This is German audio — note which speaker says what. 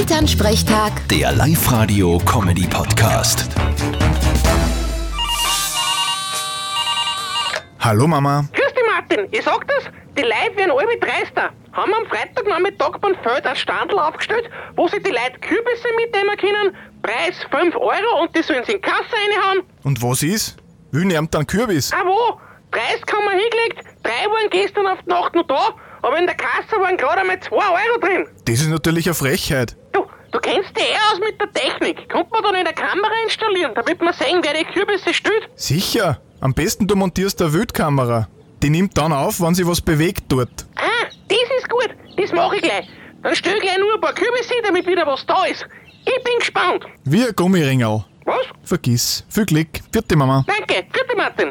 Speaker 1: Elternsprechtag,
Speaker 2: Der Live-Radio-Comedy-Podcast.
Speaker 3: Hallo Mama.
Speaker 4: Grüß dich, Martin. Ich sag das, die Leute werden alle mit Dreister. Haben am Freitagnachmittag beim Feld ein Standel aufgestellt, wo sie die Leute Kürbisse mitnehmen können, Preis 5 Euro und die sollen sie in die Kasse reinhauen.
Speaker 3: Und was ist? Wie nimmt dann Kürbis?
Speaker 4: Ah wo? 30 haben wir hingelegt, drei waren gestern auf die Nacht noch da, aber in der Kasse waren gerade einmal 2 Euro drin.
Speaker 3: Das ist natürlich eine Frechheit.
Speaker 4: Du, du kennst dich eh aus mit der Technik. Kommt man dann in der Kamera installieren, damit man sehen, wer die Kürbisse stört?
Speaker 3: Sicher. Am besten du montierst eine Wildkamera. Die nimmt dann auf, wenn sie was bewegt dort.
Speaker 4: Ah, das ist gut, das mache ich gleich. Dann stell ich gleich nur ein paar Kürbisse, damit wieder was da ist. Ich bin gespannt.
Speaker 3: Wie ein Gummiringel.
Speaker 4: Was?
Speaker 3: Vergiss. Viel Glück. Vierte Mama.
Speaker 4: Danke, gute Martin.